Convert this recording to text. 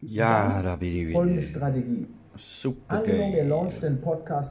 Ja, da bin ich folgende wieder. Strategie. Super Angenommen, ihr geil. launcht den Podcast